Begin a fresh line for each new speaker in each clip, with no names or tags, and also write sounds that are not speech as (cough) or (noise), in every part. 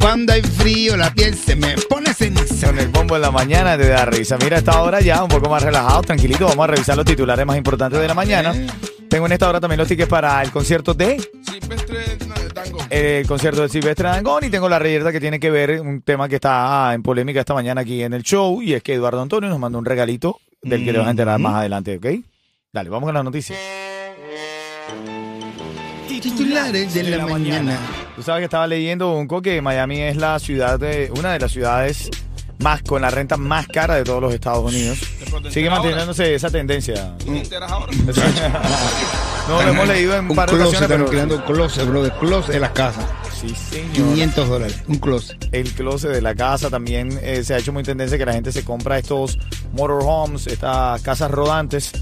Cuando hay frío, la piel se me pone ceniza.
Con el bombo en la mañana te da risa. Mira, a esta hora ya un poco más relajado, tranquilito. Vamos a revisar los titulares más importantes de la mañana. Tengo en esta hora también los tickets para el concierto de
Silvestre Tango.
el concierto de Silvestre Dangón y tengo la reyerta que tiene que ver un tema que está ah, en polémica esta mañana aquí en el show y es que Eduardo Antonio nos mandó un regalito del que te vas a enterar más adelante, ¿ok? Dale, vamos con las noticias.
Titulares de la mañana.
Tú sabes que estaba leyendo un que Miami es la ciudad de una de las ciudades más con la renta más cara de todos los Estados Unidos. Sigue manteniéndose esa tendencia. (laughs) No lo hemos leído en
Un
un par de
closet,
ocasiones,
están
pero
creando un closet, brother. Closet en las casas.
sí, señor.
500 dólares. Un closet.
El closet de la casa también eh, se ha hecho muy tendencia que la gente se compra estos motorhomes, estas casas rodantes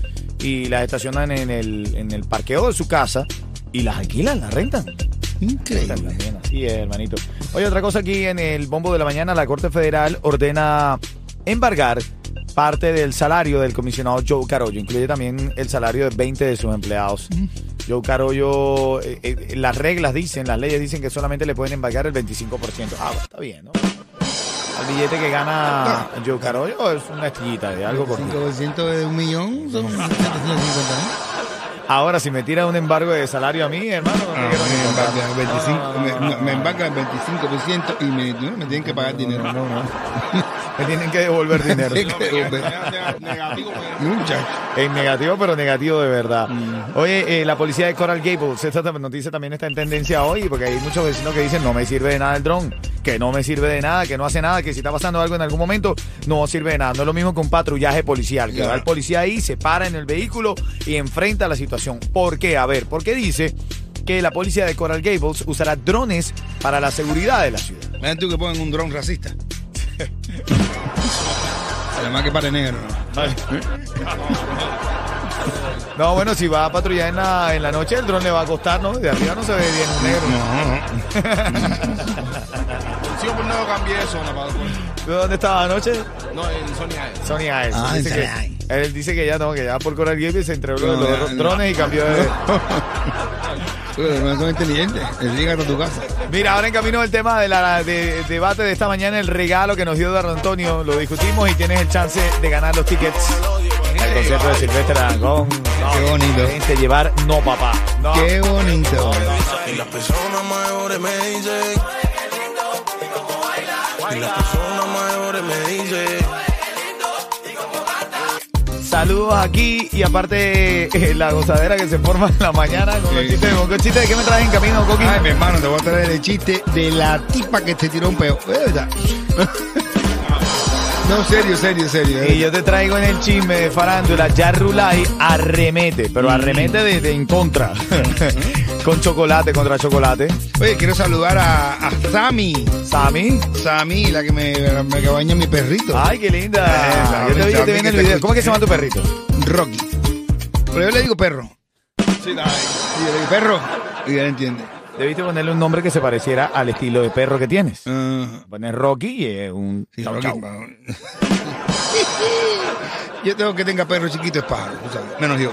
y las estacionan en el, en el parqueo de su casa y las alquilan, las rentan.
Increíble.
Así es, hermanito. Oye, otra cosa aquí en el bombo de la mañana, la Corte Federal ordena embargar parte del salario del comisionado Joe Carollo, incluye también el salario de 20 de sus empleados. Joe Carollo, eh, eh, las reglas dicen, las leyes dicen que solamente le pueden embargar el 25%. Ah, bueno, está bien, ¿no? El billete que gana Joe Carollo es una estrellita, de algo cortito.
5% de un millón son 750.
Ahora, si me tira un embargo de salario a mí, hermano, no Ah, me
Ah,
quiero ni contar. No, no, no, no, no,
Me
no.
embarca el 25% y me, me tienen que pagar dinero.
No, no, no. (laughs) Me tienen que devolver dinero.
Este
(laughs)
pues. Muchachos.
En negativo, pero negativo de verdad. Oye, eh, la policía de Coral Gables, esta tam- noticia también está en tendencia hoy, porque hay muchos vecinos que dicen, no me sirve de nada el dron, que no me sirve de nada, que no hace nada, que si está pasando algo en algún momento, no sirve de nada. No es lo mismo que un patrullaje policial, que
Claro.
va el policía ahí, se para en el vehículo y enfrenta la situación. ¿Por qué? A ver, porque dice que la policía de Coral Gables usará drones para la seguridad de la ciudad.
Imagínate tú que pongan un dron racista. Además que pare negro. ¿no?
No, bueno, si va a patrullar en la, en la noche, el dron le va a costar, ¿no? De arriba no se ve bien un negro.
(laughs)
Sí, pues no cambié eso, no, para-
¿De dónde estaba anoche?
no
eh,
en Sonia.
(laughs)
Sony Aes.
Ah,
dice
en
que-
Sony
él dice que ya no, que ya por Coral Gables se entregó
No,
los
ya,
dro-
no.
drones y cambió de...
Los hermanos son inteligentes. Les llega hasta tu casa.
Mira, ahora en camino el tema del debate de esta mañana, el regalo que nos dio Eduardo Antonio, lo discutimos y tienes el chance de ganar los tickets al concierto de Silvestre Dangón.
Qué bonito.
Te llevar No Papá. No.
Qué bonito.
Y las personas mayores me dicen Y las personas mayores me dicen
Saludos aquí y aparte eh, la gozadera que se forma en la mañana con los
Sí.
chistes de Bonco. Chistes, ¿de qué me traes en camino, Coqui?
Ay, mi hermano, te voy a traer el chiste de la tipa que te tiró un peo. Eh, (laughs) ¿verdad? No, serio, serio, serio.
Y yo te traigo en el chisme de farándula, ya Rulay arremete,
Mm.
pero arremete de, de en contra. (laughs) Con chocolate, contra chocolate.
Oye, quiero saludar a, a Sami.
Sammy.
Sami, la que me, me que baña mi perrito.
Ay, qué linda.
Ah,
yo te vi, yo te vi en
Sammy,
el
que
video.
te-
¿Cómo es que se llama tu perrito?
Rocky. Pero yo le digo perro.
Sí, la hay.
Y yo le digo perro. Y él entiende.
Debiste ponerle un nombre que se pareciera al estilo de perro que tienes.
Ajá.
Poner Rocky y es un
Mm. Sí,
chau,
Rocky,
chau.
pa- Yo tengo que tenga perro chiquito es pájaro, tú sabes. Menos yo.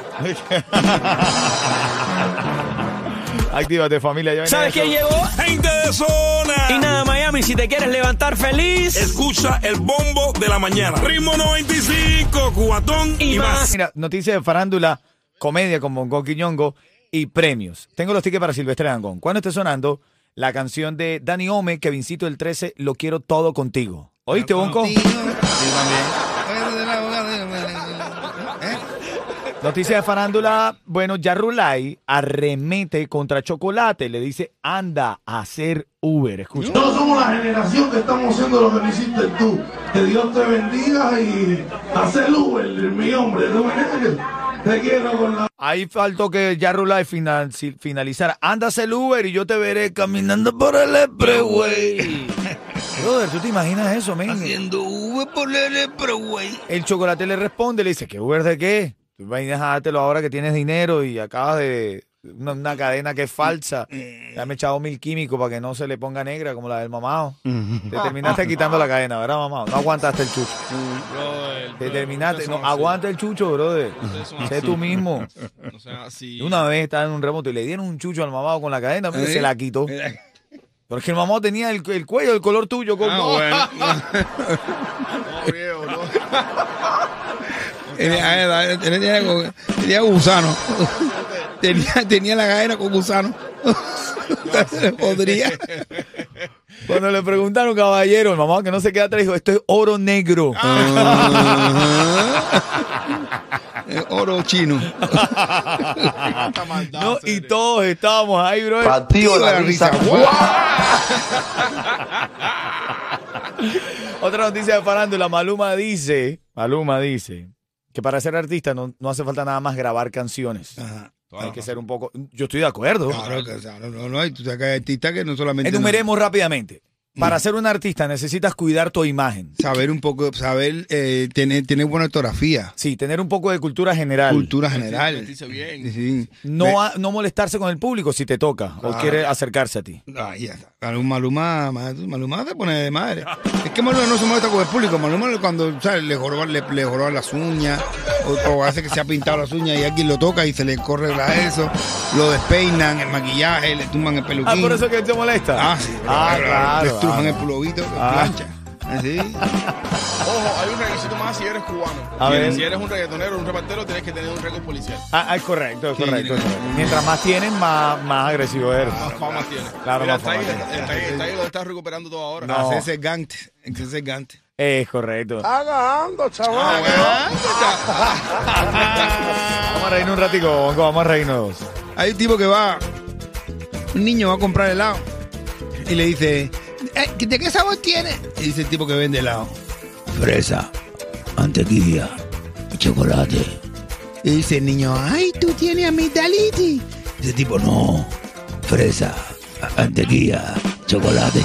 Actívate, familia. ya viene eso.
¿Sabes quién llegó?
Gente de zona
Y nada, Miami, si te quieres levantar feliz
Escucha el bombo de la mañana Ritmo 95, cubatón y,
y
más
más.
Mira, noticias de farándula, comedia con Bongo Quiñongo y premios. Tengo los tickets para Silvestre Dangón. Cuando esté sonando la canción de Dani Ome, que vincito el 13, Lo quiero todo contigo. ¿Oíste, Bonco?
Sí, también. ¿Eh?
Noticias de farándula. Bueno, ya Rulay arremete contra Chocolate. Le dice, anda a hacer Uber. Escucha.
Nosotros somos la generación que estamos haciendo lo que no hiciste tú. Que Dios te bendiga y hacer Uber, mi hombre. ¿no? Te quiero con la...
Ahí faltó que ya Rulay final, si-
(laughs)
finalizara. Anda a hacer Uber y yo te veré caminando por el expressway. Brother, ¿tú te imaginas eso, men?
Haciendo V por el pro, güey.
El chocolate le responde, le dice, ¿qué Uber de qué? Tú vainas a dártelo ahora que tienes dinero y acabas de... Una, una cadena que es falsa.
Mm.
Ya me he echado mil químicos para que no se le ponga negra como la del mamado.
Mm.
Te terminaste quitando la cadena, ¿verdad, mamado? No aguantaste el chucho. Te
Brother, brother,
terminaste.
ustedes
No,
son
aguanta el chucho, brother.
Ustedes son
Sé
así.
tú
(laughs)
mismo.
así. O sea, sí.
Una vez estaba en un remoto y le dieron un chucho al mamado con la cadena,
¿Eh?
pero se la quitó. Porque el mamado tenía el, el cuello del color tuyo. Como,
Ah, bueno. (laughs) No, viejo, no.
Él, a él- él tenía, con- tenía gusano. Tenía, tenía la cadena con gusano. Se le (laughs) podría.
Cuando le preguntaron, caballero, el mamado que no se queda atrás dijo, esto es oro negro.
Ah.
(laughs)
Eh, Oro chino.
Esta maldad,
No, y
serio.
todos estábamos ahí, bro.
Tío la risa.
Otra noticia de farándula. Maluma dice, Maluma dice que para ser artista no, no hace falta nada más grabar canciones.
Ah.
Ajá.
Hay que ser un poco... Yo estoy de acuerdo.
Claro que claro, no, no, y tú sacas artistas que no solamente.
Enumeremos rápidamente. Para ser un artista necesitas cuidar tu imagen.
Saber un poco, saber, eh, tener, tener buena ortografía,
Sí, tener un poco de cultura general.
cultura general.
vestirse bien.
Sí.
no, a- no molestarse con el público si te toca o quiere acercarse a ti.
Ahí ya está. Maluma, Maluma, Maluma se pone de madre. Es que Maluma no se molesta con el público. Maluma cuando ¿sabes? le joró le, le joró las uñas o, o hace que se ha pintado las uñas y alguien lo toca y se le corre la eso. Lo despeinan, el maquillaje, le tumban el peluquín.
Ah, por eso que te molesta.
Ah, sí.
Ah,
claro,
claro.
Le estrujan
ah.
el pulovito, le
Ah.
plancha. Así.
Ojo, hay un requisito más si eres cubano.
A
Si-
ver.
Si eres un reggaetonero, un repartero, tienes que tener un récord policial.
Ah, ah, es correcto, es
Sí,
correcto. es
tiene-
correcto. Mientras más tienen, más, más agresivo eres.
Más fama tiene.
Claro,
Mira,
más
está ahí,
fama
está-
tiene.
está ahí, está ahí, lo está recuperando todo ahora.
No.
Hacerse gante. Hacerse gante.
Es correcto.
Ah, bueno.
Vamos a reírnos un ratico, Bongo, vamos a reírnos.
Hay un tipo que va, un niño va a comprar helado y le dice, "Eh, ¿de qué sabor tiene? Y dice el tipo que vende helado, fresa, mantequilla y chocolate. Y dice el niño, ay, tú tienes amigdalitis. Dice el tipo, no, fresa, mantequilla, chocolate.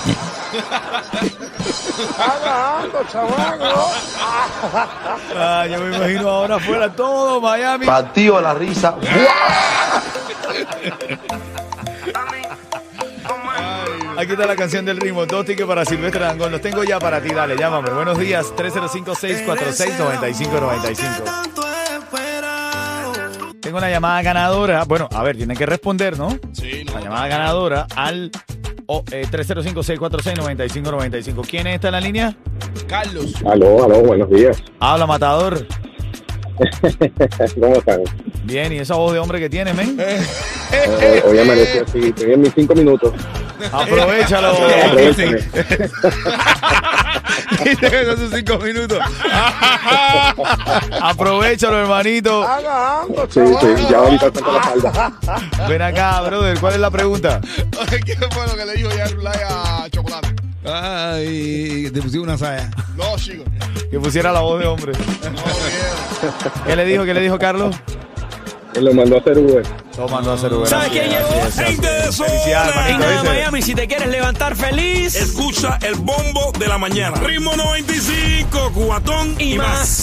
Ah, yo me imagino ahora afuera todo Miami.
Partido la risa.
Aquí está la canción del ritmo. Dos tickets para Silvestre Dangón. Los tengo ya para ti. Dale, llámame. Buenos días. 305-646-9595. Tengo una llamada ganadora. Bueno, a ver, tienen que responder, ¿no?
Sí, no.
La llamada ganadora al oh, eh, 305-646-9595. ¿Quién está en la línea?
Carlos,
Aló, aló, buenos días.
Habla, Matador.
¿Cómo están?
Bien, y esa voz de hombre que tiene, men.
(laughs)
Eh, hoy amanecí así, estoy en mis cinco minutos.
Aprovechalo. (laughs)
(laughs)
Aprovechame.
Esos son cinco minutos.
Aprovechalo, hermanito.
Sí, sí, ya ahorita saco la falda.
Ven acá, brother. ¿Cuál es la pregunta?
(laughs) ¿qué fue lo que le dijo ya Rulay a Chocolate?
Ay, te pusieron una saya.
No, chico.
Que pusiera la voz de hombre.
No, viejo.
¿Qué le dijo? ¿Qué le dijo Carlos?
Me lo mandó a hacer Uber.
Tomando a hacer Uber.
¿Sabes quién llegó?
Gente de
Felicidades,
zona.
manito,
Venga a
¿viste?
Miami si te quieres levantar feliz
Escucha el bombo de la mañana. Ritmo 95, cuatón y,
y más.
más.